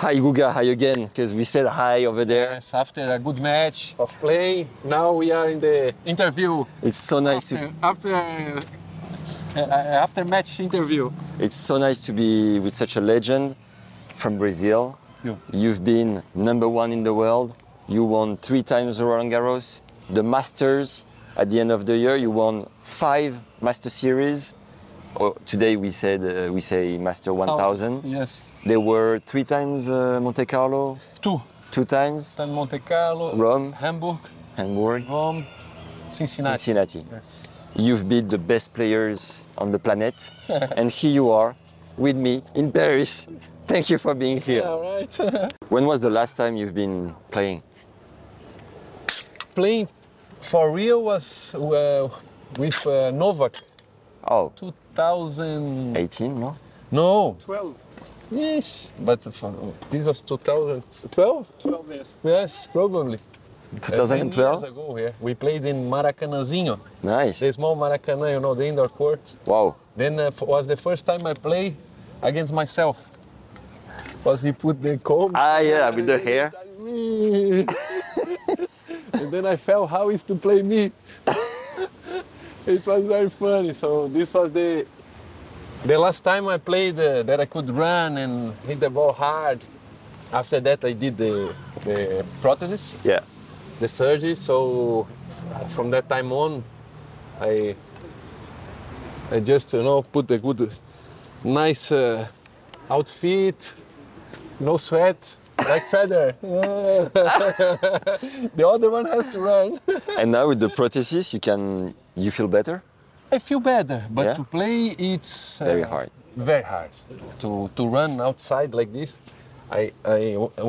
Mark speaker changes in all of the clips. Speaker 1: Hi Guga, hi again, because we said hi over there.
Speaker 2: Yes, after a good match of play, now we are in the interview.
Speaker 1: It's so nice to
Speaker 2: After after, uh, uh, after match interview.
Speaker 1: it's so nice to be with such a legend from Brazil.
Speaker 2: You.
Speaker 1: You've been number one in the world. You won three times Roland Garros, the Masters. At the end of the year, you won five Master Series. Oh, today we said uh, we say Master 1000.
Speaker 2: Yes.
Speaker 1: There were three times uh, Monte Carlo,
Speaker 2: Two.
Speaker 1: two times
Speaker 2: Then Monte Carlo.
Speaker 1: Rome.
Speaker 2: Hamburg.
Speaker 1: Hamburg,
Speaker 2: Rome. Cincinnati.
Speaker 1: Cincinnati.
Speaker 2: Yes.
Speaker 1: You've beat the best players on the planet, and here you are with me in Paris. Thank you for being here.
Speaker 2: All right.
Speaker 1: When was the last time you've been playing?
Speaker 2: Playing for real was uh, with uh, Novak
Speaker 1: Oh,
Speaker 2: 2000.
Speaker 1: 18, no?
Speaker 2: No.
Speaker 3: 12,
Speaker 2: Yes. But for, this was 2012.
Speaker 3: 12 years.
Speaker 2: Yes, probably. Uh, 10 years
Speaker 1: 2012?
Speaker 2: ago, yeah. We played in Maracanãzinho,
Speaker 1: Nice.
Speaker 2: the small Maracanã, you know, the indoor court.
Speaker 1: Wow.
Speaker 2: Then uh, f- was the first time I play against myself. Was he put the comb?
Speaker 1: Ah, yeah, with the hair.
Speaker 2: and then I felt how is to play me. it was very funny. So this was the the last time I played uh, that I could run and hit the ball hard. After that, I did the the prosthesis
Speaker 1: Yeah.
Speaker 2: the surgery. So uh, from that time on, I I just you know put a good, nice uh, outfit, no sweat, like feather. the other one has to run.
Speaker 1: And now with the prosthesis, you can, you feel better?
Speaker 2: I feel better, but
Speaker 1: Yeah?
Speaker 2: to play it's uh,
Speaker 1: Very hard.
Speaker 2: Very hard to to run outside like this. I, I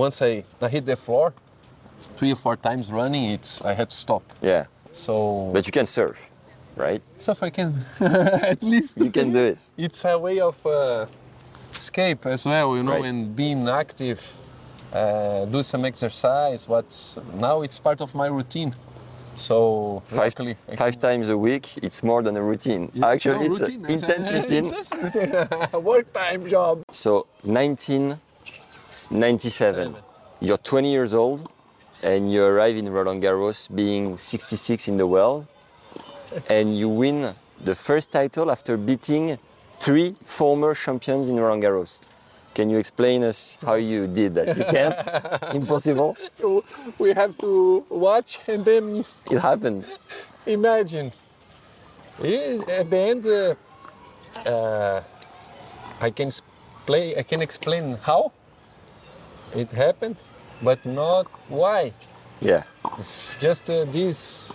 Speaker 2: once I, I hit the floor three or four times running. It's I had to stop.
Speaker 1: Yeah.
Speaker 2: So
Speaker 1: But you can surf, right?
Speaker 2: stuff I can at least
Speaker 1: You can do it.
Speaker 2: it's a way of uh, escape as well you know
Speaker 1: Right.
Speaker 2: and being active uh, do some exercise what's now it's part of my routine so
Speaker 1: Five,
Speaker 2: luckily I
Speaker 1: five
Speaker 2: can-
Speaker 1: times a week, it's more than a routine. Actually,
Speaker 2: No,
Speaker 1: it's an
Speaker 2: routine,
Speaker 1: intense routine.
Speaker 2: Intense routine. work time job
Speaker 1: So 1997, you're 20 years old, and you arrive in Roland Garros being 66 in the world, and you win the first title after beating three former champions in Roland Garros. Can you explain us how you did that? You can't. Impossible.
Speaker 2: we have to watch and then
Speaker 1: It happened.
Speaker 2: imagine Yeah, at the end uh, uh, i can play i can explain how it happened but not why
Speaker 1: Yeah.
Speaker 2: it's just uh, these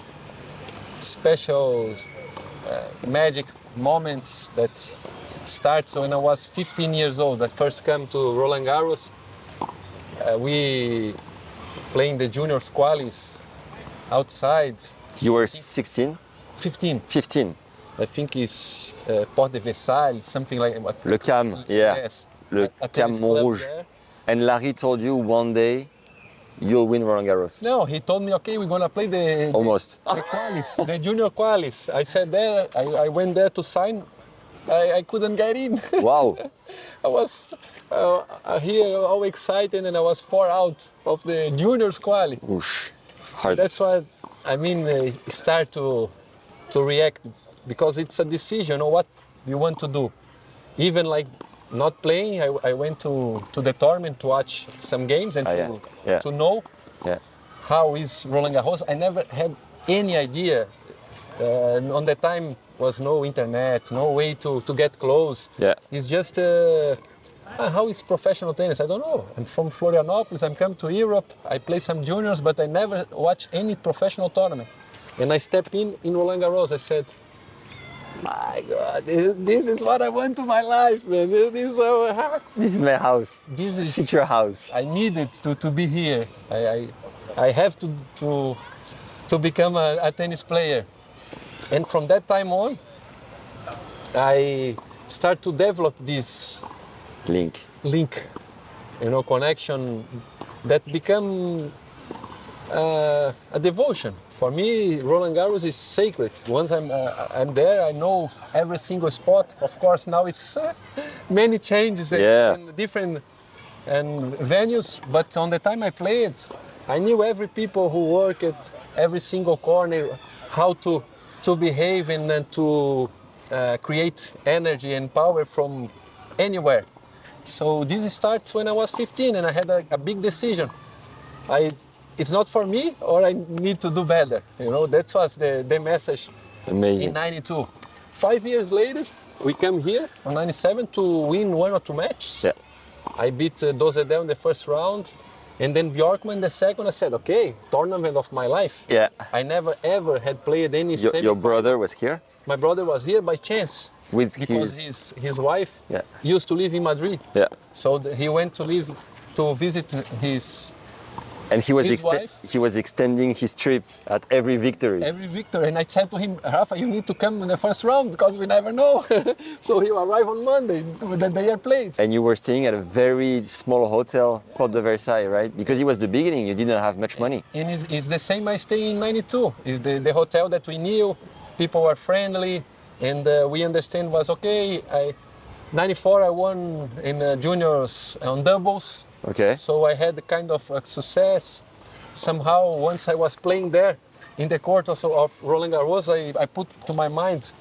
Speaker 2: special uh, magic moments that starts when i was 15 years old i first came to roland garros uh, we playing the juniors qualis outside
Speaker 1: You were 16,
Speaker 2: 15
Speaker 1: 15.
Speaker 2: I think it's uh, Port de Versailles, something like that.
Speaker 1: Le Cam. Yeah.
Speaker 2: Yes.
Speaker 1: Le
Speaker 2: A-
Speaker 1: Cam
Speaker 2: a tennis club
Speaker 1: Montrouge.
Speaker 2: there.
Speaker 1: And Larry told you one day you'll win Roland Garros.
Speaker 2: No, he told me, okay, we're gonna play the, the,
Speaker 1: Almost.
Speaker 2: the qualis, the junior qualis. I said there, I, I went there to sign. I, I couldn't get in.
Speaker 1: Wow.
Speaker 2: I was uh, here all excited and I was far out of the juniors quali.
Speaker 1: Oosh. Hard.
Speaker 2: That's why, I mean, uh, start to to react because it's a decision on what you want to do. Even like not playing, I, I went to, to the tournament to watch some games and
Speaker 1: Ah,
Speaker 2: to,
Speaker 1: yeah. Yeah.
Speaker 2: to know
Speaker 1: Yeah.
Speaker 2: how is Roland Garros. I never had any idea. Uh, and on the time was no internet, no way to, to get close.
Speaker 1: Yeah.
Speaker 2: It's just uh, ah, how is professional tennis? I don't know. I'm from Florianopolis. I'm come to Europe. I play some juniors, but I never watch any professional tournament. And I stepped in in Roland Garros. I said, my God, this, this is what I want to my life, man. This is how how-
Speaker 1: This is my house.
Speaker 2: this
Speaker 1: It's
Speaker 2: is.
Speaker 1: your house.
Speaker 2: I needed to, to be here. I, I I have to to to become a, a tennis player, and from that time on, I start to develop this
Speaker 1: Link.
Speaker 2: link, you know, connection that become uh, a devotion. For me, Roland Garros is sacred. Once I'm uh, I'm there, I know every single spot. Of course, now it's uh, many changes and-
Speaker 1: Yeah.
Speaker 2: and different and venues. But on the time I played, I knew every people who work at every single corner, how to to behave and, and to uh, create energy and power from anywhere. So this starts when I was 15 and I had a, a big decision. I, it's not for me or I need to do better. You know, that was the, the message in
Speaker 1: Amazing.
Speaker 2: 92. Five years later, we come here on 97 to win one or two matches.
Speaker 1: Yeah.
Speaker 2: I beat uh, Dozedel in the first round and then Bjorkman the second. I said, okay, tournament of my life.
Speaker 1: Yeah.
Speaker 2: I never ever had played any
Speaker 1: Your,
Speaker 2: semi.
Speaker 1: your brother was here
Speaker 2: My brother was here by chance
Speaker 1: with
Speaker 2: because
Speaker 1: his.
Speaker 2: his, his wife
Speaker 1: Yeah.
Speaker 2: used to live in Madrid.
Speaker 1: Yeah.
Speaker 2: So th- he went to live to visit his
Speaker 1: And he was
Speaker 2: his
Speaker 1: exte-
Speaker 2: wife.
Speaker 1: he was extending his trip at every victory.
Speaker 2: every victor. And I said to him, Rafa, you need to come in the first round because we never know. so he arrived on Monday, the day I played.
Speaker 1: and you were staying at a very small hotel, Porte de Versailles, right? Because it was the beginning, you didn't have much money.
Speaker 2: And it's, it's the same I stay in 92. It's the, the hotel that we knew. People were friendly and uh, we understand was okay. I 94, I won in uh, juniors on doubles.
Speaker 1: Okay.
Speaker 2: So I had a kind of a success. Somehow, once I was playing there in the court also of Roland Garros, I, I put to my mind,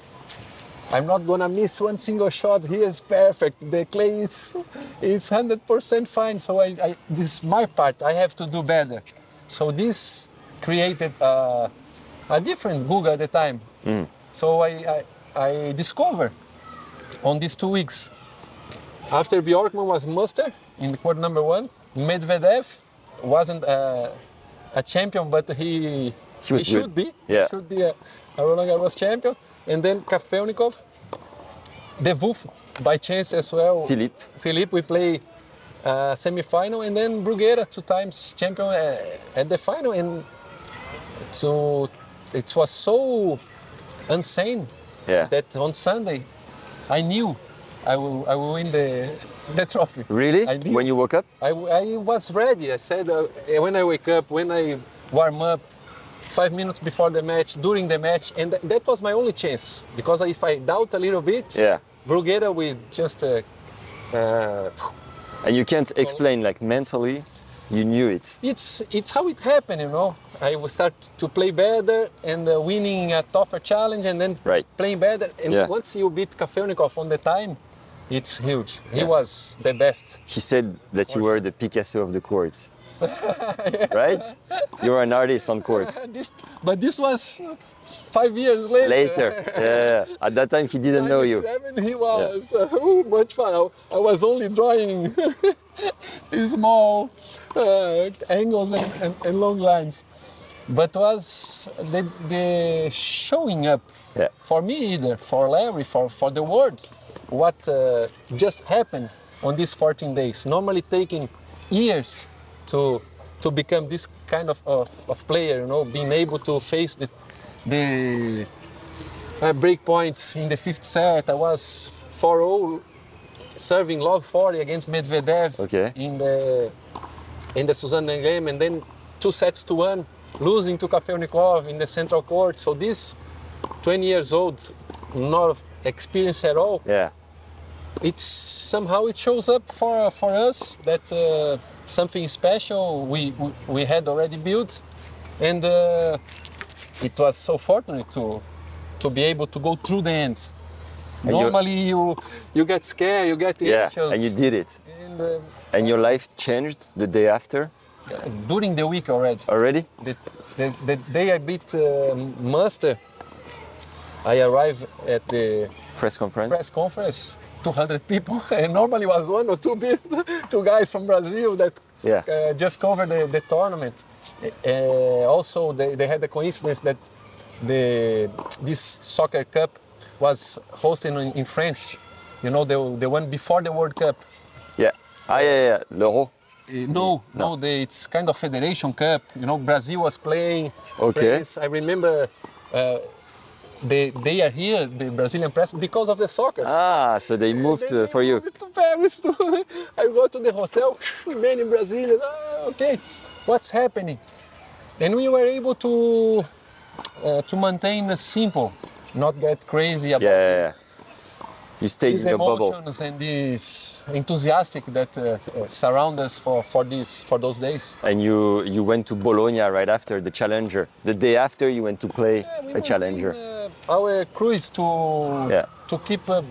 Speaker 2: I'm not gonna miss one single shot. Here is perfect. The clay is is 100% fine. So I, I this is my part. I have to do better. So this created uh, a different Google at the time. So I, I I discovered on these two weeks after Bjorkman was muster in the quarter number one, Medvedev wasn't uh, a champion, but he
Speaker 1: He was good.
Speaker 2: should be.
Speaker 1: Yeah.
Speaker 2: He should be a, a Roland Garros champion. And then Kafelnikov, De Wolf by chance as well.
Speaker 1: Philippe.
Speaker 2: Philippe, we play uh, semi-final, and then Bruguera, two times champion uh, at the final, and so it was so insane
Speaker 1: Yeah.
Speaker 2: that on Sunday I knew I will I will win the the trophy.
Speaker 1: Really?
Speaker 2: I knew.
Speaker 1: When you woke up?
Speaker 2: I, I was ready. I said uh, when I wake up, when I warm up, five minutes before the match, during the match, and th- that was my only chance because if I doubt a little bit,
Speaker 1: Yeah.
Speaker 2: Bruguera will just uh, uh,
Speaker 1: And you can't explain, like mentally, you knew it.
Speaker 2: it's it's how it happened, you know. I will start to play better and uh, winning a tougher challenge, and then
Speaker 1: Right.
Speaker 2: playing better. And
Speaker 1: Yeah.
Speaker 2: once you beat Kafelnikov on the time, it's huge. He
Speaker 1: Yeah.
Speaker 2: was the best.
Speaker 1: He said that you were the Picasso of the court. right? You were an artist on court.
Speaker 2: This, but this was five years later.
Speaker 1: Later. Yeah. At that time, he didn't know you.
Speaker 2: 97 he was uh, ooh, much fun. I, I was only drawing small uh, angles and, and, and long lines. But was the, the showing up
Speaker 1: Yeah.
Speaker 2: for me either, for Larry, for, for the world, what uh, just happened on these 14 days. Normally taking years to to become this kind of, of, of player, you know, being able to face the, the uh, break points in the fifth set. I was 4-0 serving love 40 against Medvedev
Speaker 1: Okay.
Speaker 2: in the in the Suzanne game, and then two sets to one, losing to Kafelnikov in the central court. So this 20 years old, not experienced at all.
Speaker 1: Yeah.
Speaker 2: It's somehow it shows up for for us that uh, something special we, we we had already built, and uh, it was so fortunate to to be able to go through the end.
Speaker 1: you-
Speaker 2: Normally you you get scared, you get
Speaker 1: Yeah.
Speaker 2: anxious,
Speaker 1: And you did it.
Speaker 2: and, uh,
Speaker 1: And your life changed the day after
Speaker 2: during the week already.
Speaker 1: already?
Speaker 2: the, the, the day I beat uh, Munster, I arrived at the
Speaker 1: Press conference?
Speaker 2: press conference, 200 people, and normally was one or two, bit, two guys from Brazil that
Speaker 1: Yeah.
Speaker 2: uh, just covered the, the tournament. Uh, also, they, they had the coincidence that the this soccer cup was hosting in, in France. You know, the, the one before the World Cup.
Speaker 1: Yeah. Ah, yeah, yeah. L'Euro.
Speaker 2: Uh, no, no, the, it's kind of Federation Cup. You know, Brazil was playing.
Speaker 1: Okay.
Speaker 2: France. I remember uh, they they are here, the Brazilian press, because of the soccer.
Speaker 1: Ah, so they moved
Speaker 2: They-
Speaker 1: uh,
Speaker 2: they
Speaker 1: for you.
Speaker 2: moved To Paris. to- I go to the hotel. Many Brazilians. Ah, okay, what's happening? And we were able to uh, to maintain a simple, not get crazy about
Speaker 1: Yeah, yeah, yeah.
Speaker 2: this-
Speaker 1: You stayed
Speaker 2: these
Speaker 1: in a bubble.
Speaker 2: emotions and this enthusiastic that uh, uh, surround us for for these for those days.
Speaker 1: And you, you went to Bologna right after the Challenger. The day after, you went to play
Speaker 2: Yeah, we
Speaker 1: a
Speaker 2: maintain,
Speaker 1: Challenger.
Speaker 2: uh, our cruise to
Speaker 1: Yeah.
Speaker 2: to keep uh,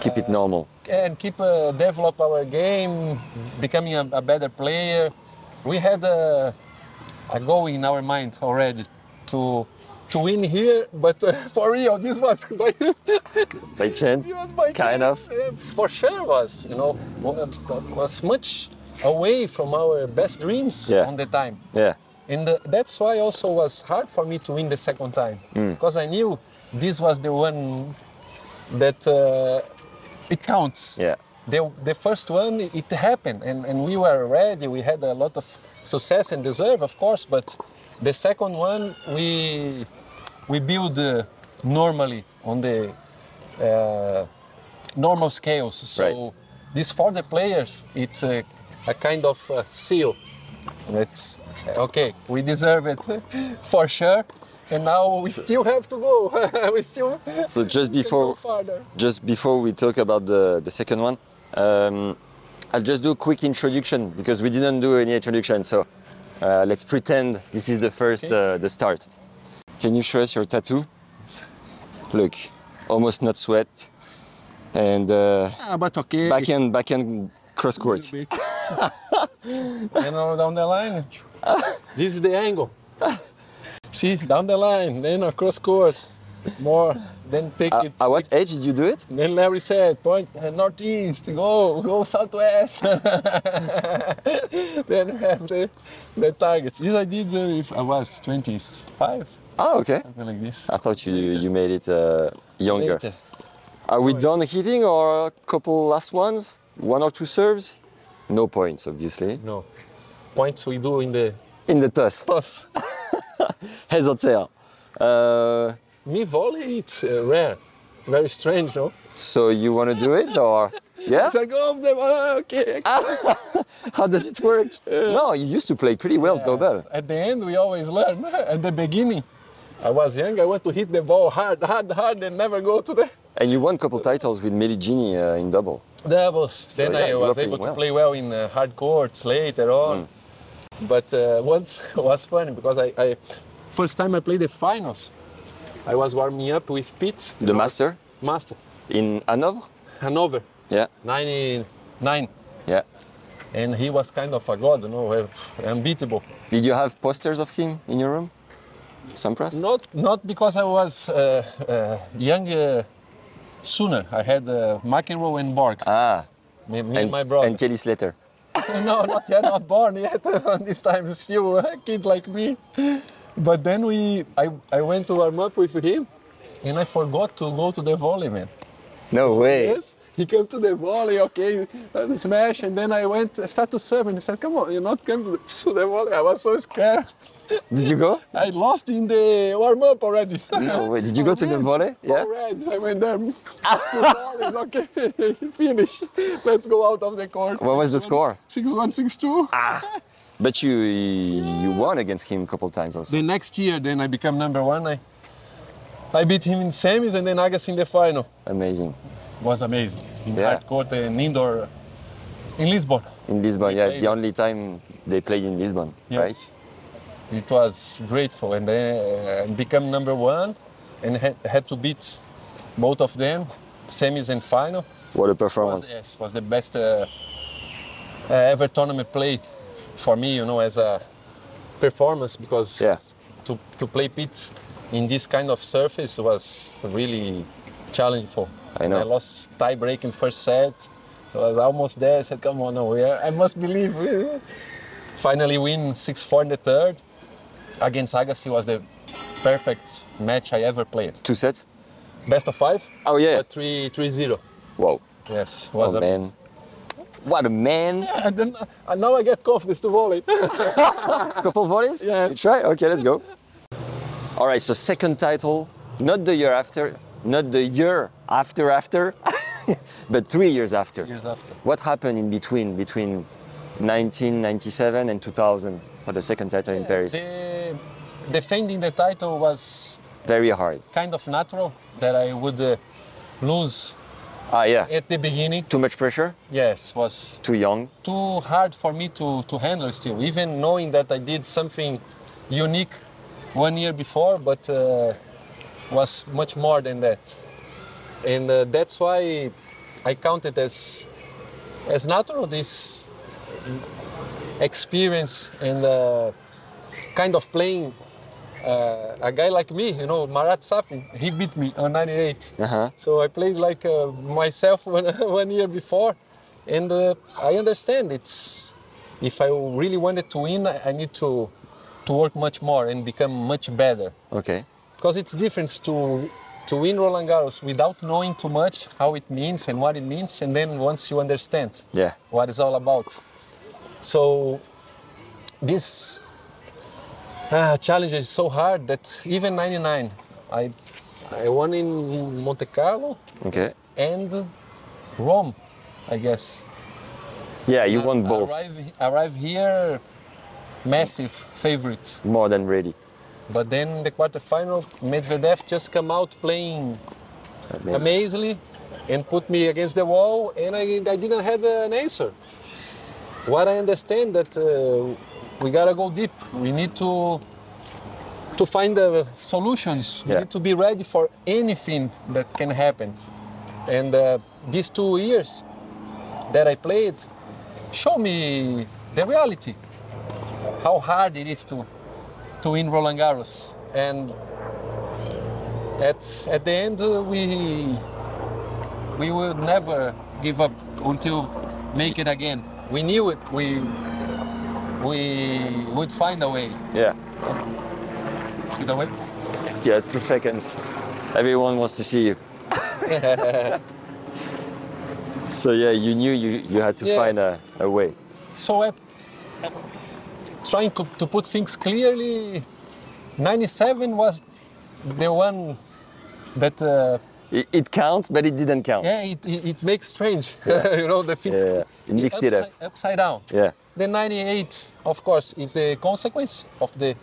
Speaker 1: Keep it normal.
Speaker 2: and keep uh, develop our game, becoming a, a better player. We had a, a goal in our mind already to to win here, but uh, for real, this was by, this
Speaker 1: By chance?
Speaker 2: was by
Speaker 1: kind
Speaker 2: chance.
Speaker 1: of.
Speaker 2: Uh, for sure was you know wa- was much away from our best dreams
Speaker 1: Yeah.
Speaker 2: on the time.
Speaker 1: Yeah.
Speaker 2: And uh, that's why also was hard for me to win the second time
Speaker 1: Mm.
Speaker 2: because I knew this was the one that uh, it counts.
Speaker 1: Yeah.
Speaker 2: The, the first one, it happened, and, and we were ready. We had a lot of success and deserve, of course, but the second one, we we build uh, normally on the uh, normal scales. So
Speaker 1: Right.
Speaker 2: this for the players, it's a, a kind of uh seal. It's okay. We deserve it for sure, and now we still have to go. we still
Speaker 1: So just
Speaker 2: can go
Speaker 1: before,
Speaker 2: farther.
Speaker 1: just before we talk about the, the second one, um, I'll just do a quick introduction because we didn't do any introduction. So uh, let's pretend this is the first, uh, the start. Can you show us your tattoo? Look, almost not sweat, and uh,
Speaker 2: Ah, but okay.
Speaker 1: back end, back end cross court.
Speaker 2: and all down the line. this is the angle. See, down the line, then across course, more, then take
Speaker 1: Uh,
Speaker 2: it.
Speaker 1: at what age did you do it?
Speaker 2: Then Larry said, point uh, northeast, go, go southwest. then have the, the targets. This I did uh, if I was 25,
Speaker 1: Ah, okay.
Speaker 2: something like this.
Speaker 1: I thought you you made it uh, younger.
Speaker 2: Later.
Speaker 1: Are we done hitting or a couple last ones? One or two serves? No points, obviously.
Speaker 2: No. Points we do in the
Speaker 1: In the toss,
Speaker 2: toss.
Speaker 1: heads or tail. Uh,
Speaker 2: Me volley, it's uh, rare. Very strange, no?
Speaker 1: so you want to do it or yeah?
Speaker 2: It's like, oh, the- ah, okay,
Speaker 1: How does it work? No, you used to play pretty well double.
Speaker 2: At the end, we always learn. At the beginning, I was young. I want to hit the ball hard, hard, hard, and never go to the
Speaker 1: And you won a couple titles with Meligini uh, in double.
Speaker 2: doubles. then
Speaker 1: yeah,
Speaker 2: I
Speaker 1: you were
Speaker 2: was
Speaker 1: playing
Speaker 2: able to
Speaker 1: well.
Speaker 2: play well in uh, hard courts later on.
Speaker 1: Mm.
Speaker 2: But uh, once was funny because I, I first time I played the finals. I was warming up with Pete,
Speaker 1: The master
Speaker 2: master,
Speaker 1: in Hanovre?
Speaker 2: Hanover,
Speaker 1: Yeah,
Speaker 2: 99.
Speaker 1: yeah.
Speaker 2: And he was kind of a god, you know, uh, unbeatable.
Speaker 1: Did you have posters of him in your room? Sampras?
Speaker 2: Not not because I was uh, uh, younger. Sooner, I had uh, McEnroe and Borg.
Speaker 1: Ah,
Speaker 2: me, me and,
Speaker 1: and,
Speaker 2: my brother.
Speaker 1: and Kelly Slater.
Speaker 2: no, not yet, not born yet. this time, still a kid like me. But then we, I, I went to warm up with him, and I forgot to go to the volley, man.
Speaker 1: No way.
Speaker 2: Yes, he came to the volley, okay, and smash, and then I went, I start to serve, and he said, "Come on, you're not coming to the, to the volley." I was so scared.
Speaker 1: Did you go?
Speaker 2: I lost in the warm up already.
Speaker 1: No way. Did you go to the
Speaker 2: Red.
Speaker 1: volley? Yeah.
Speaker 2: All right, I went there. Two volleys, okay, finish. Let's go out of the court.
Speaker 1: What was the score?
Speaker 2: Six one, six two.
Speaker 1: Ah. But you you won against him a couple times also.
Speaker 2: The next year, then I become number one. I, I beat him in semis and then Agassi in the final.
Speaker 1: Amazing.
Speaker 2: was amazing. In
Speaker 1: Yeah.
Speaker 2: hard court and indoor uh, in Lisbon.
Speaker 1: In Lisbon,
Speaker 2: They
Speaker 1: yeah,
Speaker 2: played-
Speaker 1: the only time they played in Lisbon, right?
Speaker 2: It was grateful and then uh, become number one and had, had to beat both of them, semis and final.
Speaker 1: What a
Speaker 2: was,
Speaker 1: performance.
Speaker 2: yes, was the best uh, uh, ever tournament played for me, you know, as a performance because
Speaker 1: Yeah.
Speaker 2: to, to play pit in this kind of surface was really challenging.
Speaker 1: I know.
Speaker 2: I lost tie break in first set, so I was almost there. I said, "Come on, no, yeah, I must believe." Finally, win six four in the third against Agassi was the perfect match I ever played.
Speaker 1: Two sets?
Speaker 2: best of five.
Speaker 1: Oh, yeah.
Speaker 2: But Uh, three, three zero.
Speaker 1: Wow.
Speaker 2: Yes,
Speaker 1: Oh,
Speaker 2: was a
Speaker 1: man. What a man.
Speaker 2: And then and now I get confidence to volley.
Speaker 1: couple volleys?
Speaker 2: Yes.
Speaker 1: You Try? Okay, let's go. All right, so second title, not the year after, not the year after after, but three years after.
Speaker 2: Years after.
Speaker 1: What happened in between, between 1997 and 2000 for the second title in Paris?
Speaker 2: the, defending the title was
Speaker 1: Very hard.
Speaker 2: kind of natural that I would uh, lose
Speaker 1: Ah, yeah.
Speaker 2: at the beginning.
Speaker 1: Too much pressure,
Speaker 2: Yes, was
Speaker 1: too young.
Speaker 2: too hard for me to, to handle still, even knowing that I did something unique one year before, but uh, was much more than that. And uh, that's why I count it as, as natural this experience and uh, kind of playing. Uh, a guy like me, you know, Marat Safin, he beat me on 98.
Speaker 1: Uh-huh.
Speaker 2: So I played like uh, myself one, one year before, and uh, I understand it's if I really wanted to win, I I need to to work much more and become much better
Speaker 1: Okay.
Speaker 2: because it's different to to win Roland Garros without knowing too much how it means and what it means, and then once you understand
Speaker 1: Yeah.
Speaker 2: what it's all about. So this uh, challenge is so hard that even 99, I I won in Monte Carlo
Speaker 1: Okay.
Speaker 2: and Rome, I guess.
Speaker 1: Yeah, you won both
Speaker 2: Uh, Arrive, arrive here, massive favorite.
Speaker 1: more than ready.
Speaker 2: But then the quarterfinal, Medvedev just come out playing amazingly and put me against the wall, and I, I didn't have an answer. What I understand that uh, we gotta go deep. We need to to find the solutions. We
Speaker 1: Yeah.
Speaker 2: need to be ready for anything that can happen. And uh, these two years that I played show me the reality, how hard it is to to win Roland Garros. And at at the end, uh, we we will never give up until make it again. We knew it. We we would find a way.
Speaker 1: Yeah.
Speaker 2: Should I wait?
Speaker 1: Yeah, two seconds. Everyone wants to see you. so yeah, you knew you, you had to
Speaker 2: Yes.
Speaker 1: find a, a way.
Speaker 2: So at, at trying to, to put things clearly, 97 was the one that uh,
Speaker 1: It, it counts, but it didn't count.
Speaker 2: yeah it, it, it makes strange you know the things
Speaker 1: Yeah, it mixed it up.
Speaker 2: upside, upside down
Speaker 1: Yeah.
Speaker 2: The 98, of course, is the consequence of the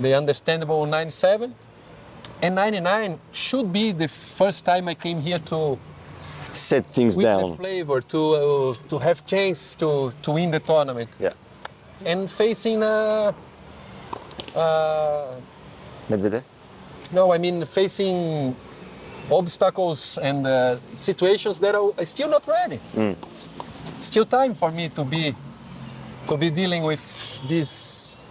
Speaker 2: the understandable 97. And 99 should be the first time I came here to
Speaker 1: Set things
Speaker 2: with the
Speaker 1: down.
Speaker 2: flavor, to uh, to have chance to to win the tournament.
Speaker 1: yeah.
Speaker 2: And facing uh, uh,
Speaker 1: Medvedev?
Speaker 2: no, I mean facing obstacles and uh, situations that are I'm still not ready. S- still time for me to be to be dealing with these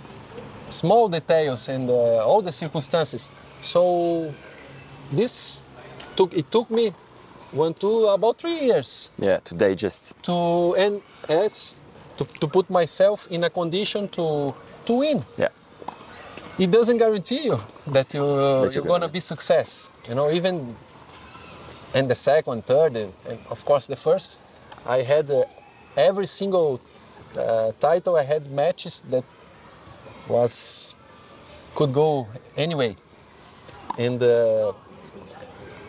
Speaker 2: small details and uh, all the circumstances. So this took it took me one two about three years
Speaker 1: Yeah, to digest.
Speaker 2: to and as to, to put myself in a condition to to win
Speaker 1: Yeah.
Speaker 2: it doesn't guarantee you
Speaker 1: That
Speaker 2: that you, you're
Speaker 1: you're gonna
Speaker 2: gonna be success. You know, even in the second, third, and, and of course the first, I had uh, every single uh, title. I had matches that was could go anyway, and uh,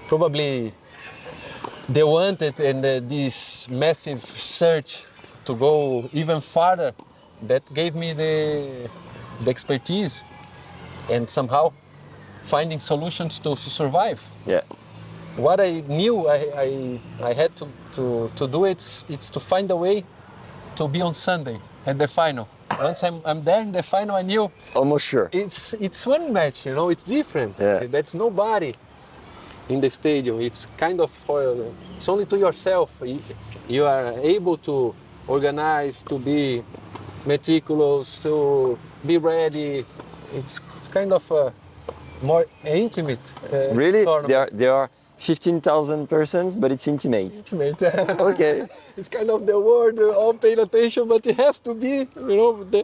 Speaker 2: probably they wanted and uh, this massive search to go even farther that gave me the, the expertise and somehow finding solutions to, to survive
Speaker 1: Yeah.
Speaker 2: what i knew i, I, I had to, to, to do it's, it's to find a way to be on sunday at the final once I'm, I'm there in the final i knew
Speaker 1: Almost sure.
Speaker 2: it's it's one match, you know. It's different.
Speaker 1: Yeah.
Speaker 2: That's nobody in the stadium. It's kind of for it's only to yourself. You, you are able to organize, to be meticulous, to be ready. It's it's kind of a more intimate. Uh,
Speaker 1: really? There
Speaker 2: tournament.
Speaker 1: are, there are 15,000 persons, but it's intimate.
Speaker 2: Intimate.
Speaker 1: Okay.
Speaker 2: it's kind of the word uh, all paying attention, but it has to be, you know, the,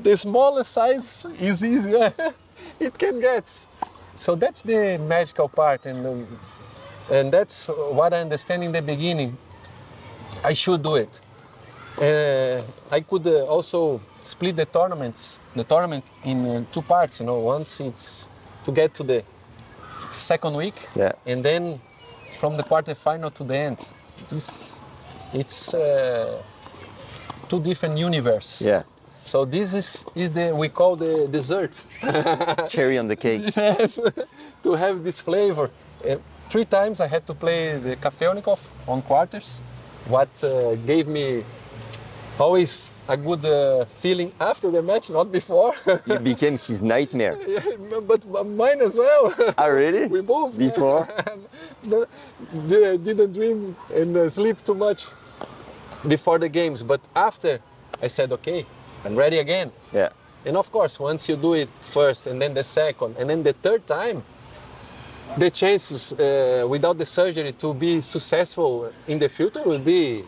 Speaker 2: the smallest size is easier it can get. So that's the magical part, and um, and that's what I understand in the beginning. I should do it. Uh, I could uh, also split the tournaments, the tournament in uh, two parts. You know, once it's to get to the second week,
Speaker 1: Yeah.
Speaker 2: and then from the quarterfinal to the end. This, it's uh, two different universe.
Speaker 1: Yeah.
Speaker 2: So this is is the we call the dessert.
Speaker 1: Cherry on the cake.
Speaker 2: Yes, to have this flavor. Uh, three times I had to play the Kafelnikov on quarters, what uh, gave me always a good uh, feeling after the match, not before.
Speaker 1: It became his nightmare.
Speaker 2: but mine as well.
Speaker 1: Ah, really?
Speaker 2: we both uh,
Speaker 1: Before?
Speaker 2: no, d- didn't dream and uh, sleep too much before the games. But after, I said, okay, I'm ready again.
Speaker 1: Yeah.
Speaker 2: And of course, once you do it first and then the second and then the third time, the chances uh, without the surgery to be successful in the future will be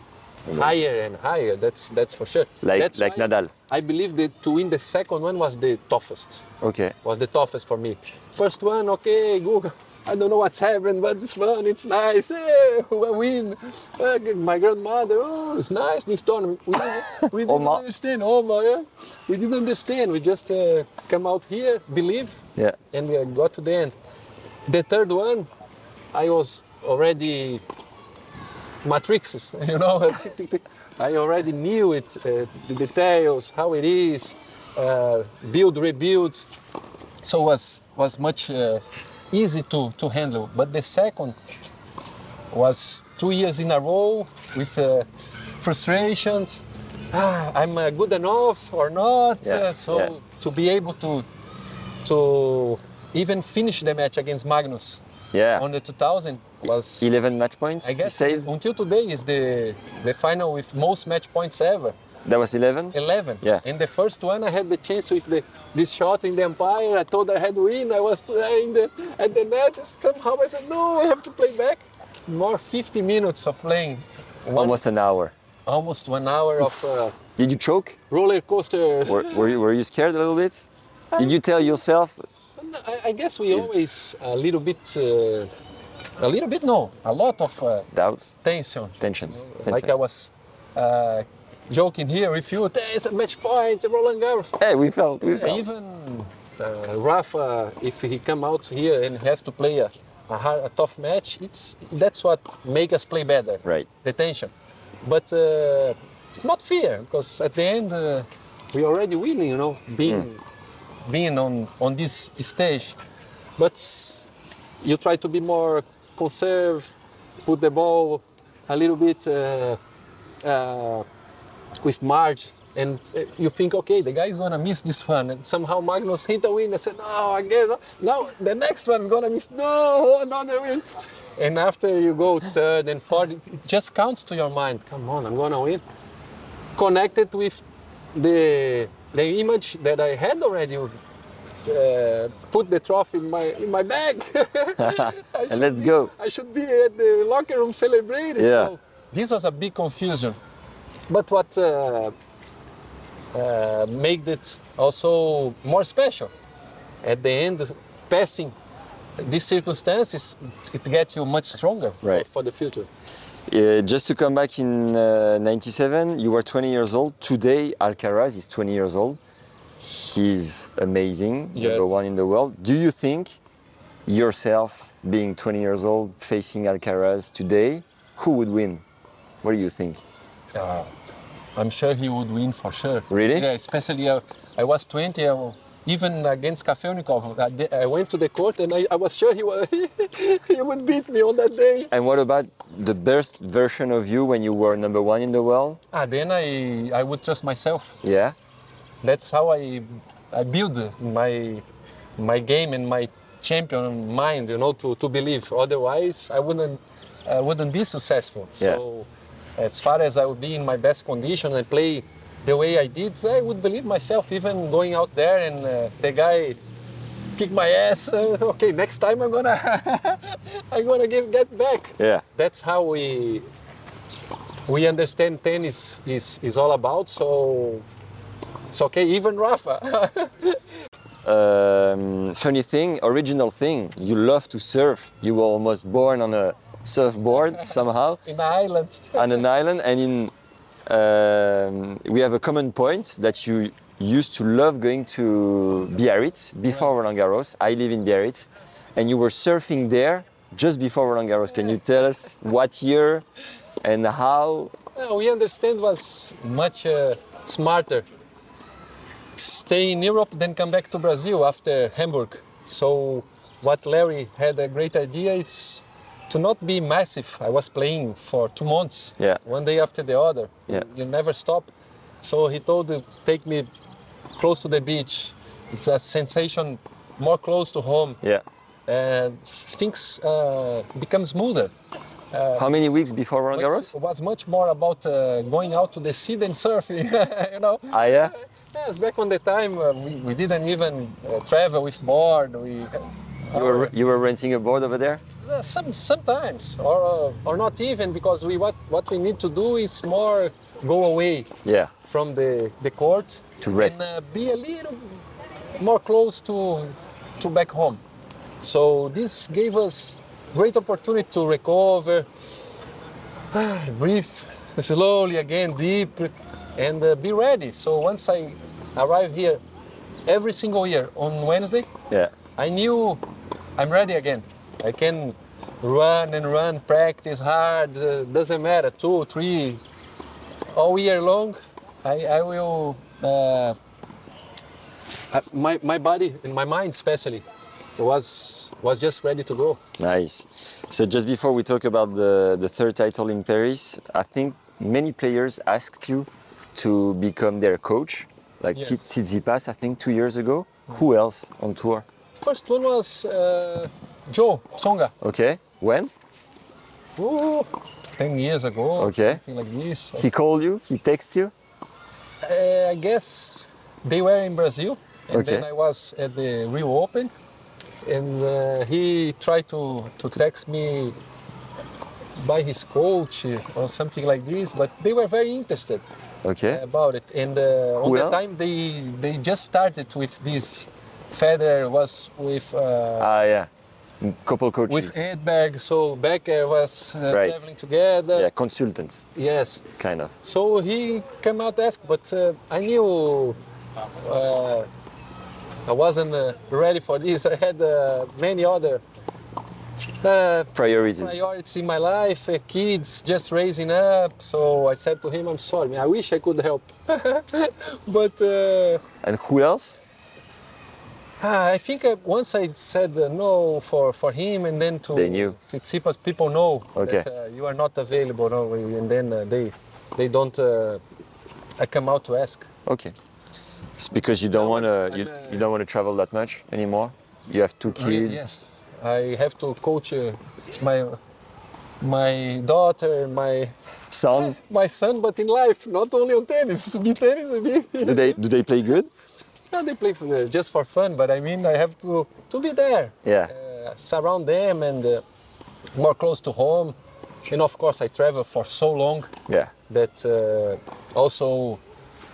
Speaker 2: higher and higher. That's that's for sure.
Speaker 1: Like-
Speaker 2: That's
Speaker 1: like
Speaker 2: why
Speaker 1: Nadal.
Speaker 2: I believe that to win the second one was the toughest.
Speaker 1: Okay.
Speaker 2: Was the toughest for me. First one, okay, Google. I don't know what's happened, but it's fun, it's nice. Hey, I win. Uh, my grandmother, oh, it's nice this tournament. We didn't, we didn't
Speaker 1: Oma.
Speaker 2: understand. Oh my, yeah. we didn't understand. We just uh, come out here, believe,
Speaker 1: Yeah.
Speaker 2: and we got to the end. The third one, I was already matrices, you know. tick, tick, tick. I already knew it, uh, the details, how it is, uh, build, rebuild. So was was much uh, easy to to handle. But the second was two years in a row with uh, frustrations. Ah, I'm uh, good enough or not?
Speaker 1: Yeah,
Speaker 2: Uh, so
Speaker 1: yeah.
Speaker 2: to be able to to even finish the match against Magnus
Speaker 1: Yeah.
Speaker 2: on the 2000 was
Speaker 1: 11 match points.
Speaker 2: I
Speaker 1: he
Speaker 2: guess
Speaker 1: saved.
Speaker 2: until today is the the final with most match points ever,
Speaker 1: That was 11.
Speaker 2: 11.
Speaker 1: Yeah.
Speaker 2: And the first one I had the chance with the this shot in the umpire. I thought I had win. I was uh, in the at the net. Somehow I said no, I have to play back. More 50 minutes of playing, one,
Speaker 1: Almost an hour.
Speaker 2: almost one hour of uh,
Speaker 1: Did you choke?
Speaker 2: roller coaster.
Speaker 1: Were, were, you, were you scared a little bit? Did you tell yourself?
Speaker 2: I, I guess we always a little bit, uh, a little bit no, a lot of uh,
Speaker 1: Doubts,
Speaker 2: tension.
Speaker 1: tensions.
Speaker 2: Like
Speaker 1: tension.
Speaker 2: I was uh, joking here with you, there's a match point, Roland Garros.
Speaker 1: Hey, we felt. We felt.
Speaker 2: Even uh, Rafa, if he come out here and has to play a, a, hard, a tough match, it's that's what make us play better.
Speaker 1: Right.
Speaker 2: The tension, but uh, not fear, because at the end uh, we already winning. You know, being being on on this stage, but s- you try to be more conserve, put the ball a little bit. Uh, uh, with Marge, and uh, you think, okay, the guy is gonna miss this one, and somehow Magnus hit a win. I said, no, again, no. now the next one's gonna miss. No, another win. And after you go third and fourth, it- it just counts to your mind. Come on, I'm gonna win. Connected with the the image that I had already. Uh, put the trophy in my in my bag. I should
Speaker 1: let's
Speaker 2: be-
Speaker 1: go.
Speaker 2: I should be at the locker room celebrating.
Speaker 1: Yeah.
Speaker 2: So this was a big confusion. But what uh, uh, made it also more special at the end, passing these circumstances, it, it gets you much stronger for-
Speaker 1: Right.
Speaker 2: for, the future.
Speaker 1: Uh, just to come back in uh, 97, you were 20 years old. Today, Alcaraz is 20 years old. He's amazing, number
Speaker 2: Yes.
Speaker 1: one in the world. Do you think yourself, being 20 years old, facing Alcaraz today, who would win? What do you think?
Speaker 2: I'm sure he would win for sure.
Speaker 1: Really?
Speaker 2: Yeah, especially uh, I was 20. I, wa- even against Kafelnikov, I, di- I went to the court and I, I was sure he, was, he would beat me on that day.
Speaker 1: And what about the best version of you when you were number one in the world?
Speaker 2: Ah, then I, I would trust myself.
Speaker 1: Yeah,
Speaker 2: that's how I I build my my game and my champion mind, you know, to, to believe. Otherwise, I wouldn't I wouldn't be successful. So as far as I would be in my best condition and play the way I did, I would believe myself. Even going out there and uh, the guy kick my ass. uh, okay, next time I'm gonna I'm gonna give get back
Speaker 1: yeah,
Speaker 2: that's how we we understand tennis is is all about so it's okay even rafa
Speaker 1: um, funny thing, original thing. You love to surf. You were almost born on a surfboard somehow
Speaker 2: in an island.
Speaker 1: on an island, and in um, we have a common point that you used to love going to Biarritz before Roland Garros. I live in Biarritz, and you were surfing there just before Roland Garros. Can you tell us what year and how?
Speaker 2: Uh, we understand was much uh, smarter. Stay in Europe, then come back to Brazil after Hamburg. So what Larry had a great idea. It's to not be massive. I was playing for two months,
Speaker 1: Yeah.
Speaker 2: one day after the other.
Speaker 1: Yeah.
Speaker 2: You never stop. So he told to take me close to the beach. It's a sensation more close to home.
Speaker 1: Yeah.
Speaker 2: Uh, things uh, become smoother.
Speaker 1: How many weeks before Roland
Speaker 2: But
Speaker 1: Garros?
Speaker 2: It was much more about uh, going out to the sea than surfing, you know.
Speaker 1: Ah, yeah.
Speaker 2: Yes, back on the time uh, we, we didn't even uh, travel with board. We
Speaker 1: You were, you were renting a board over there?
Speaker 2: Uh, some sometimes or uh, or not even because we what what we need to do is more go away
Speaker 1: Yeah.
Speaker 2: from the the court
Speaker 1: To rest.
Speaker 2: and uh, be a little more close to to back home. So this gave us great opportunity to recover, breathe slowly again, deep, and uh, be ready. So once I arrive here, every single year on Wednesday,
Speaker 1: Yeah.
Speaker 2: I knew I'm ready again. I can run and run, practice hard, uh, doesn't matter, two, three, all year long. I, I will, uh, I- my, my body and my mind especially was, was just ready to go.
Speaker 1: Nice. So just before we talk about the, the third title in Paris, I think many players asked you to become their coach, like
Speaker 2: Yes.
Speaker 1: yes. Tsitsipas, I think two years ago. Who else on tour?
Speaker 2: First one was uh, Joe Tsonga.
Speaker 1: Okay. When?
Speaker 2: Ooh, 10 years ago,
Speaker 1: Okay.
Speaker 2: something like this.
Speaker 1: He called you? He texted you?
Speaker 2: Uh, I guess they were in Brazil, and
Speaker 1: Okay.
Speaker 2: then I was at the Rio Open, and uh, he tried to, to text me by his coach or something like this, but they were very interested
Speaker 1: Okay.
Speaker 2: about it. And uh, on
Speaker 1: Who
Speaker 2: the
Speaker 1: else?
Speaker 2: time, they they just started with this. Federer was with. Uh,
Speaker 1: Ah, yeah. M- Couple coaches.
Speaker 2: with Edberg, so Becker was uh,
Speaker 1: Right.
Speaker 2: traveling together.
Speaker 1: yeah, consultants,
Speaker 2: Yes,
Speaker 1: kind of.
Speaker 2: so he came out ask, but uh, I knew uh, I wasn't uh, ready for this. I had uh, many other uh,
Speaker 1: Priorities.
Speaker 2: priorities in my life, uh, kids just raising up. So I said to him, "I'm sorry, man. I wish I could help, but uh,
Speaker 1: And who else?
Speaker 2: ah, I think uh, once I said uh, no for, for him, and then to
Speaker 1: They knew.
Speaker 2: Tsitsipas, people know
Speaker 1: Okay.
Speaker 2: that uh, you are not available, no, and then uh, they they don't uh, uh, come out to ask."
Speaker 1: Okay. It's because you don't want to
Speaker 2: I'm
Speaker 1: you,
Speaker 2: a-
Speaker 1: you don't want to travel that much anymore. You have two kids.
Speaker 2: Oh, Yes, I have to coach uh, my my daughter, my
Speaker 1: Son,
Speaker 2: my son, but in life, not only on tennis. To be tennis, to be.
Speaker 1: do they do they play good?
Speaker 2: no, they play for the, just for fun, but I mean, I have to to be there,
Speaker 1: Yeah.
Speaker 2: uh, surround them, and uh, more close to home. And of course, I travel for so long
Speaker 1: Yeah.
Speaker 2: that uh, also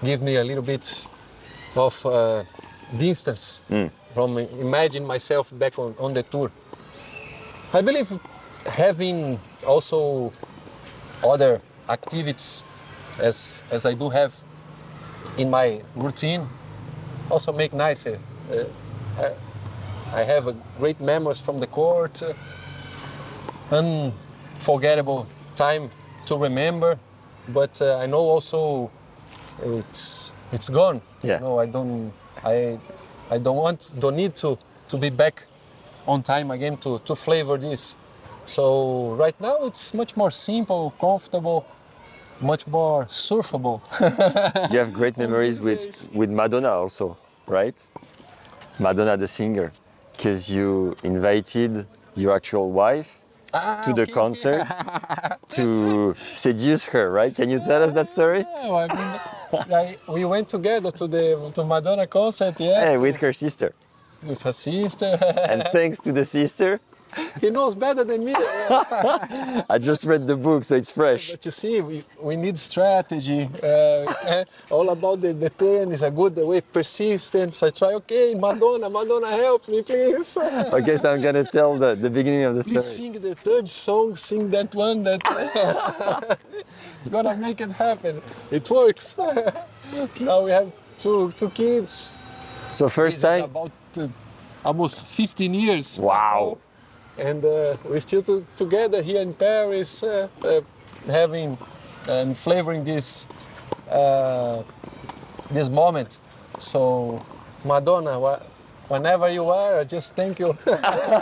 Speaker 2: give me a little bit of uh, distance from imagine myself back on, on the tour. I believe having also other activities as as I do have in my routine also make nicer. Uh, I, I have a great memories from the court, uh, unforgettable time to remember, but uh, I know also it's it's gone.
Speaker 1: Yeah.
Speaker 2: No, I don't. I I don't want don't need to to be back on time again to to flavor this. So right now it's much more simple, comfortable, much more surfable.
Speaker 1: You have great memories
Speaker 2: these days.
Speaker 1: with with Madonna also, right? Madonna the singer, because you invited your actual wife
Speaker 2: Ah,
Speaker 1: to the concert to seduce her, right? Can you tell us that story?
Speaker 2: Yeah, well, Oh, I mean, I- we went together to the to Madonna concert, yes,
Speaker 1: Hey, with her sister.
Speaker 2: with her sister.
Speaker 1: And thanks to the sister,
Speaker 2: he knows better than me.
Speaker 1: I just read the book, so it's fresh.
Speaker 2: But you see, we, we need strategy. Uh, all about the, the tennis, a good way, persistence. I try, okay, Madonna, Madonna, help me, please.
Speaker 1: Okay, so I'm gonna tell the, the beginning of the
Speaker 2: please
Speaker 1: story.
Speaker 2: sing the third song, sing that one, that. it's gonna make it happen. It works. now we have two, two kids.
Speaker 1: So first
Speaker 2: This is
Speaker 1: time,
Speaker 2: about uh, almost 15 years.
Speaker 1: Wow.
Speaker 2: And uh, we're still to- together here in Paris, uh, uh, having and flavoring this uh, this moment. So, Madonna, wha- whenever you are, I just thank you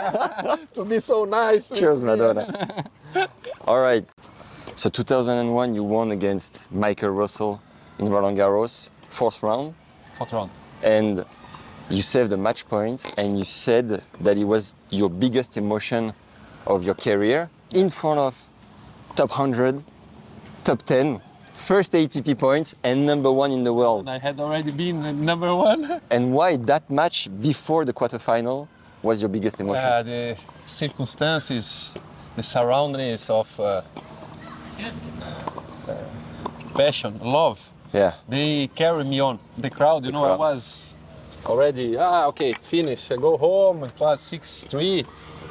Speaker 2: to be so nice. with
Speaker 1: cheers,
Speaker 2: me.
Speaker 1: Madonna. All right. So 2001, you won against Michael Russell in Roland Garros, fourth round,
Speaker 2: Fourth round.
Speaker 1: and you saved the match point, and you said that it was your biggest emotion of your career in front of top 100, top 10, first ATP points, and number one in the world.
Speaker 2: I had already been uh, number one.
Speaker 1: and why that match before the quarterfinal was your biggest emotion.
Speaker 2: Uh, the circumstances, the surroundings of uh, uh, passion, love,
Speaker 1: yeah.
Speaker 2: they carry me on. The crowd, you know,
Speaker 1: crowd.
Speaker 2: I was already, ah, okay, finish. I go home, it was 6 3,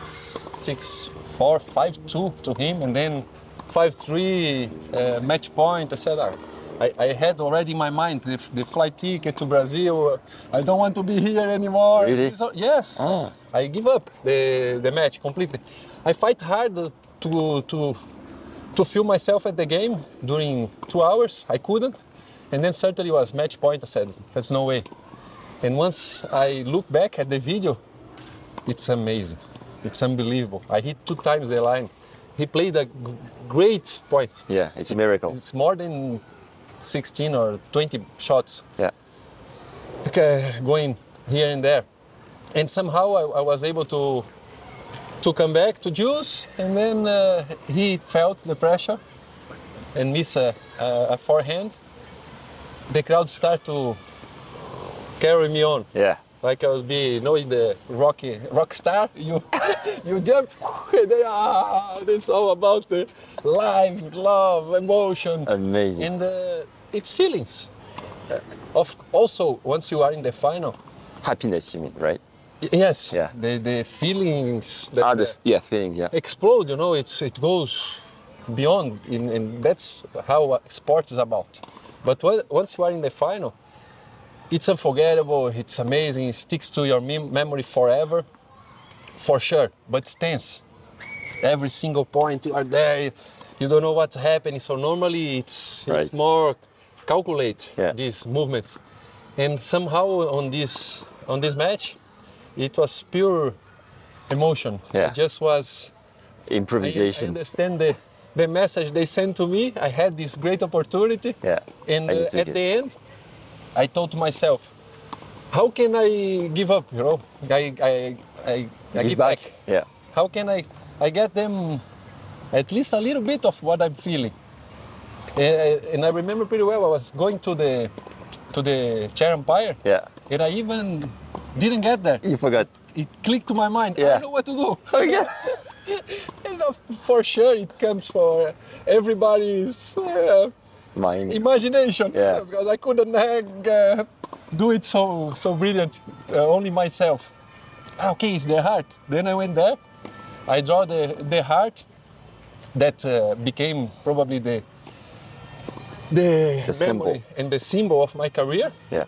Speaker 2: 6 4, 5 2 to him, and then 5 3 uh, match point. I said, ah, I, I had already in my mind the, the flight ticket to Brazil. I don't want to be here anymore.
Speaker 1: Really?
Speaker 2: This is all- yes.
Speaker 1: Ah.
Speaker 2: I give up the, the match completely. I fight hard to, to, to feel myself at the game during two hours. I couldn't. And then certainly was match point. I said, that's no way. And once I look back at the video, it's amazing. It's unbelievable. I hit two times the line. He played a g- great point.
Speaker 1: Yeah, it's a miracle.
Speaker 2: It's more than 16 or 20 shots
Speaker 1: Yeah.
Speaker 2: okay, going here and there. And somehow I, I was able to to come back to Juice, and then uh, he felt the pressure and miss a, a, a forehand. The crowd start to carry me on,
Speaker 1: Yeah.
Speaker 2: like I would be, you know, in the rocky rock star. You you jump, and then, ah, this all about the life, love, emotion.
Speaker 1: Amazing.
Speaker 2: And uh, it's feelings. Uh, of also, once you are in the final,
Speaker 1: Happiness, you mean, right?
Speaker 2: y- yes,
Speaker 1: Yeah.
Speaker 2: the, the feelings that
Speaker 1: Ah,
Speaker 2: uh,
Speaker 1: the, yeah, feelings, yeah.
Speaker 2: explode. You know, it's it goes beyond, in, and that's how uh, sport is about. But when, once you are in the final, it's unforgettable. It's amazing. It sticks to your mem- memory forever, for sure. But it's tense. Every single point you are there. You, you don't know what's happening. So normally it's
Speaker 1: Right.
Speaker 2: it's more calculate
Speaker 1: Yeah.
Speaker 2: these movements. And somehow on this on this match, it was pure emotion.
Speaker 1: Yeah.
Speaker 2: It just was I, I
Speaker 1: Improvisation.
Speaker 2: understand the, the message they sent to me. I had this great opportunity.
Speaker 1: Yeah, and
Speaker 2: And,
Speaker 1: you
Speaker 2: uh,
Speaker 1: took
Speaker 2: at
Speaker 1: it.
Speaker 2: the end, I thought to myself, how can I give up? You know, I, I, I, I give back.
Speaker 1: Yeah.
Speaker 2: How can I, I get them at least a little bit of what I'm feeling? Uh, And I remember pretty well. I was going to the to the chair empire,
Speaker 1: Yeah.
Speaker 2: and I even didn't get there.
Speaker 1: You forgot.
Speaker 2: It clicked to my mind. I
Speaker 1: Yeah.
Speaker 2: know what to do.
Speaker 1: Oh, yeah.
Speaker 2: And of, for sure, it comes for everybody's uh,
Speaker 1: Mine.
Speaker 2: imagination.
Speaker 1: Yeah.
Speaker 2: Because I couldn't uh, do it so so brilliant, uh, only myself. Ah, okay, it's the heart. Then I went there. I draw the the heart that uh, became probably the the,
Speaker 1: The symbol.
Speaker 2: memory and the symbol of my career.
Speaker 1: Yeah.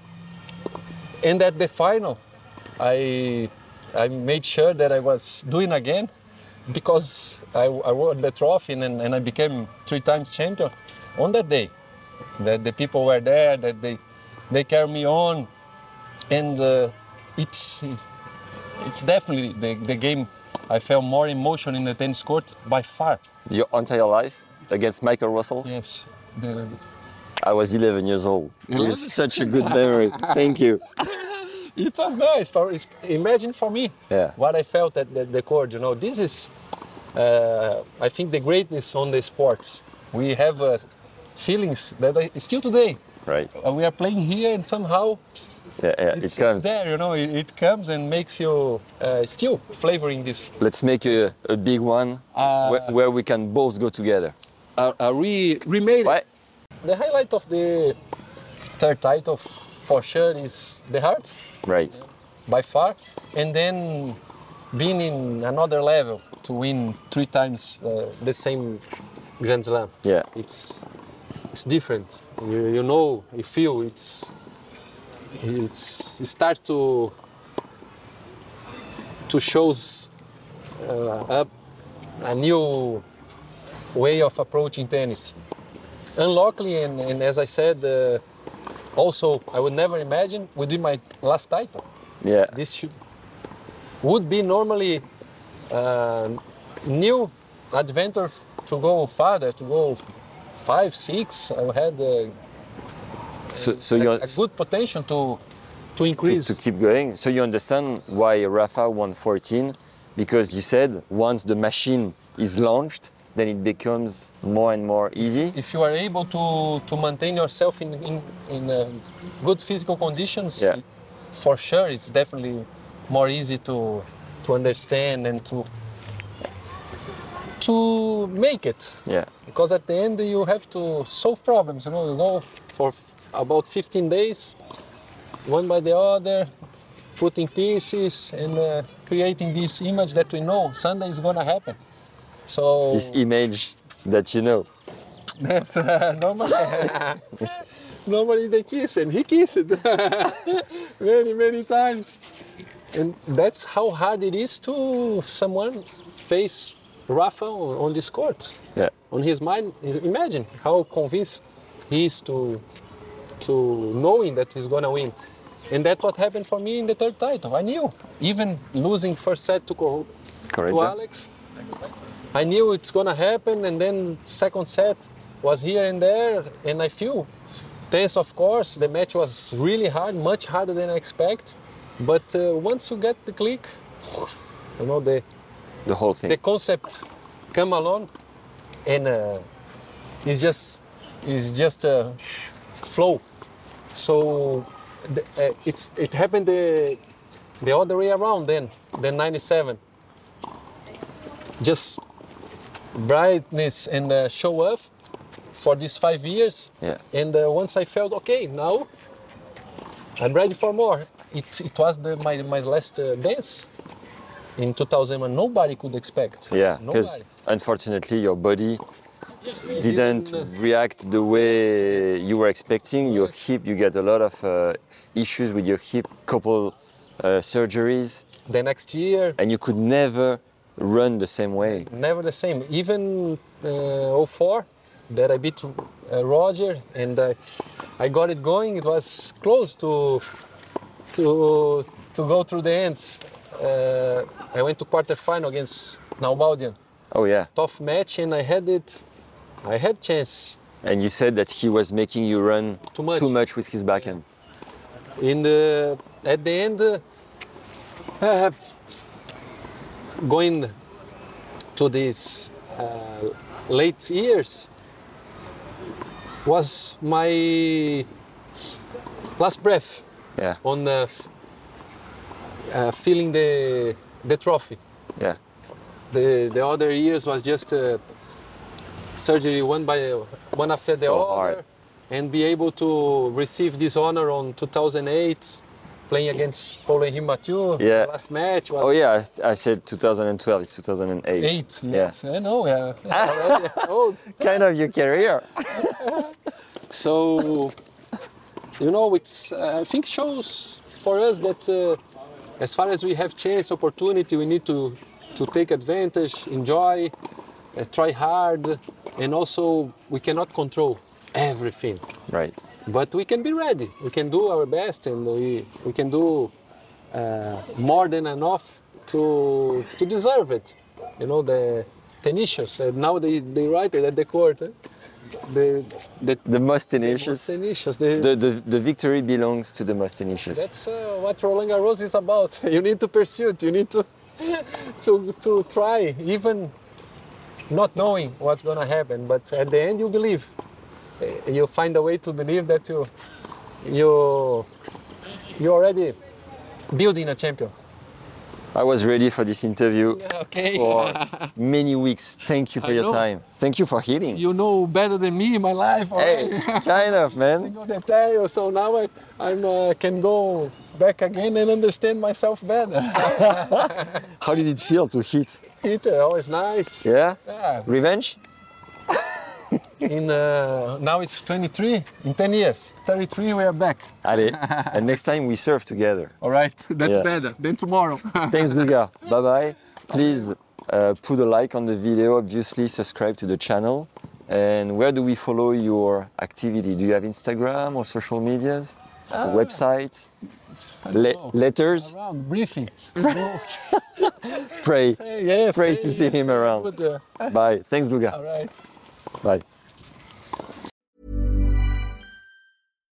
Speaker 2: And at the final, I I made sure that I was doing again because I, I won the trophy and, and I became three times champion on that day. That the people were there, that they they carry me on, and uh, it's it's definitely the, the game. I felt more emotion in the tennis court by far.
Speaker 1: Your entire life against Michael Russell.
Speaker 2: Yes. The,
Speaker 1: I was 11 years old. It was such a good memory. Thank you.
Speaker 2: it was nice for it's- imagine for me
Speaker 1: Yeah.
Speaker 2: what i felt at the, the court you know this is uh, i think the greatness on the sports we have uh, feelings that I, still today
Speaker 1: right?
Speaker 2: Uh, we are playing here, and somehow psst,
Speaker 1: Yeah, yeah,
Speaker 2: it's,
Speaker 1: it comes.
Speaker 2: it's there. You know, it, it comes and makes you uh, still flavoring this.
Speaker 1: Let's make a, a big one
Speaker 2: Uh,
Speaker 1: where, where we can both go together.
Speaker 2: Are, are we remade?
Speaker 1: Right?
Speaker 2: The highlight of the third title, f- for sure, is the heart.
Speaker 1: Right.
Speaker 2: by far, and then being in another level to win three times uh, the same Grand Slam.
Speaker 1: Yeah.
Speaker 2: It's it's different. You, you know, you feel it's it's it start to to shows uh, up a new way of approaching tennis. Unluckily, and, and as I said, uh, also I would never imagine would be my last title
Speaker 1: Yeah.
Speaker 2: this should, would be normally uh, new adventure to go farther, to go five, six. I had uh,
Speaker 1: So, so
Speaker 2: a,
Speaker 1: you're,
Speaker 2: a good potential to
Speaker 1: to,
Speaker 2: to increase.
Speaker 1: to keep going. So you understand why Rafa won 14, because you said once the machine is launched, then it becomes more and more easy.
Speaker 2: If you are able to to maintain yourself in in, in uh, good physical conditions,
Speaker 1: Yeah.
Speaker 2: it- for sure, it's definitely more easy to to understand and to to make it.
Speaker 1: Yeah.
Speaker 2: because at the end you have to solve problems you know you go for f- about 15 days one by the other putting pieces and uh, creating this image that we know sunday is gonna happen so
Speaker 1: This image that you know.
Speaker 2: that's uh, normally normally they kiss and he kissed many many times and that's how hard it is to someone face rafa on on this court
Speaker 1: Yeah.
Speaker 2: on his mind is- imagine how convinced he is to to knowing that he's gonna win and that's what happened for me in the third title i knew even losing first set to, Cor- to
Speaker 1: Correct.
Speaker 2: alex i knew it's gonna happen and then second set was here and there and i feel tense of course the match was really hard much harder than i expect but uh, once you get the click you know the
Speaker 1: The whole thing.
Speaker 2: the concept come along and uh, it's just it's just a flow so the, uh, it's it happened the the other way around then then 97 just brightness and uh, show off for these five years
Speaker 1: Yeah.
Speaker 2: and uh, once i felt okay now i'm ready for more it, it was the, my, my last uh, dance in 2000 and nobody could expect
Speaker 1: Yeah, because
Speaker 2: nobody.
Speaker 1: unfortunately your body didn't
Speaker 2: uh,
Speaker 1: react the way you were expecting. Your hip, you get a lot of uh, issues with your hip, couple uh, surgeries,
Speaker 2: the next year
Speaker 1: and you could never run the same way.
Speaker 2: never the same. Even uh, 04, that I beat uh, Roger and uh, I got it going. It was close to to to go through the end. Uh, I went to quarterfinal against Naubaldian.
Speaker 1: Oh yeah,
Speaker 2: Tough match, and I had it. I had chance
Speaker 1: and you said that he was making you run
Speaker 2: Too much.
Speaker 1: with his backhand.
Speaker 2: in the at the end uh, uh, going to these uh, late years was my last breath
Speaker 1: Yeah,
Speaker 2: on uh, f- uh, feeling the the trophy
Speaker 1: yeah,
Speaker 2: the the other years was just uh, surgery one by one after the
Speaker 1: So
Speaker 2: other
Speaker 1: hard.
Speaker 2: and be able to receive this honor on 2008 playing against Paulo Henrique Mathieu
Speaker 1: Yeah.
Speaker 2: the last match was
Speaker 1: Oh yeah, I, I said 2012. It's 2008.
Speaker 2: eight
Speaker 1: Yeah,
Speaker 2: yes I know yeah already old
Speaker 1: kind of your career.
Speaker 2: so you know it's uh, I think shows for us that uh, as far as we have chance opportunity we need to to take advantage enjoy uh, try hard and also we cannot control everything
Speaker 1: Right.
Speaker 2: but we can be ready we can do our best and we we can do uh, more than enough to to deserve it you know the tenacious uh, now they, they write it at the court eh? the
Speaker 1: The, the most tenacious.
Speaker 2: tenacious the,
Speaker 1: The, the, the victory belongs to the most tenacious.
Speaker 2: That's uh, what Roland Garros is about. You need to pursue it. You need to to to try, even not knowing what's gonna happen. But at the end, you believe. Eh, you find a way to believe that you you you already building a champion.
Speaker 1: I was ready for this interview
Speaker 2: Okay.
Speaker 1: for many weeks. Thank you for
Speaker 2: I
Speaker 1: your
Speaker 2: know.
Speaker 1: time. Thank you for hearing.
Speaker 2: you know better than me my life.
Speaker 1: hey,
Speaker 2: already.
Speaker 1: kind of, man.
Speaker 2: know the tale, so now I I'm, uh, can go back again and understand myself better.
Speaker 1: How did it feel to hit?
Speaker 2: It uh, always nice.
Speaker 1: Yeah?
Speaker 2: Yeah.
Speaker 1: Revenge?
Speaker 2: In uh, now it's 23. In 10 years, 33, we are back.
Speaker 1: Allez. and next time we surf together.
Speaker 2: All right, that's
Speaker 1: Yeah.
Speaker 2: better. Then tomorrow.
Speaker 1: Thanks, Guga. Bye bye. Please uh, put a like on the video, obviously, subscribe to the channel. And where do we follow your activity? Do you have Instagram or social medias? A website?
Speaker 2: Ah. I don't
Speaker 1: Le-
Speaker 2: know.
Speaker 1: letters?
Speaker 2: Around briefing.
Speaker 1: Pray.
Speaker 2: Hey, yes.
Speaker 1: Pray
Speaker 2: hey,
Speaker 1: to see
Speaker 2: yes,
Speaker 1: him around.
Speaker 2: Good, uh,
Speaker 1: Bye. Thanks, Guga.
Speaker 2: all right.
Speaker 1: Bye.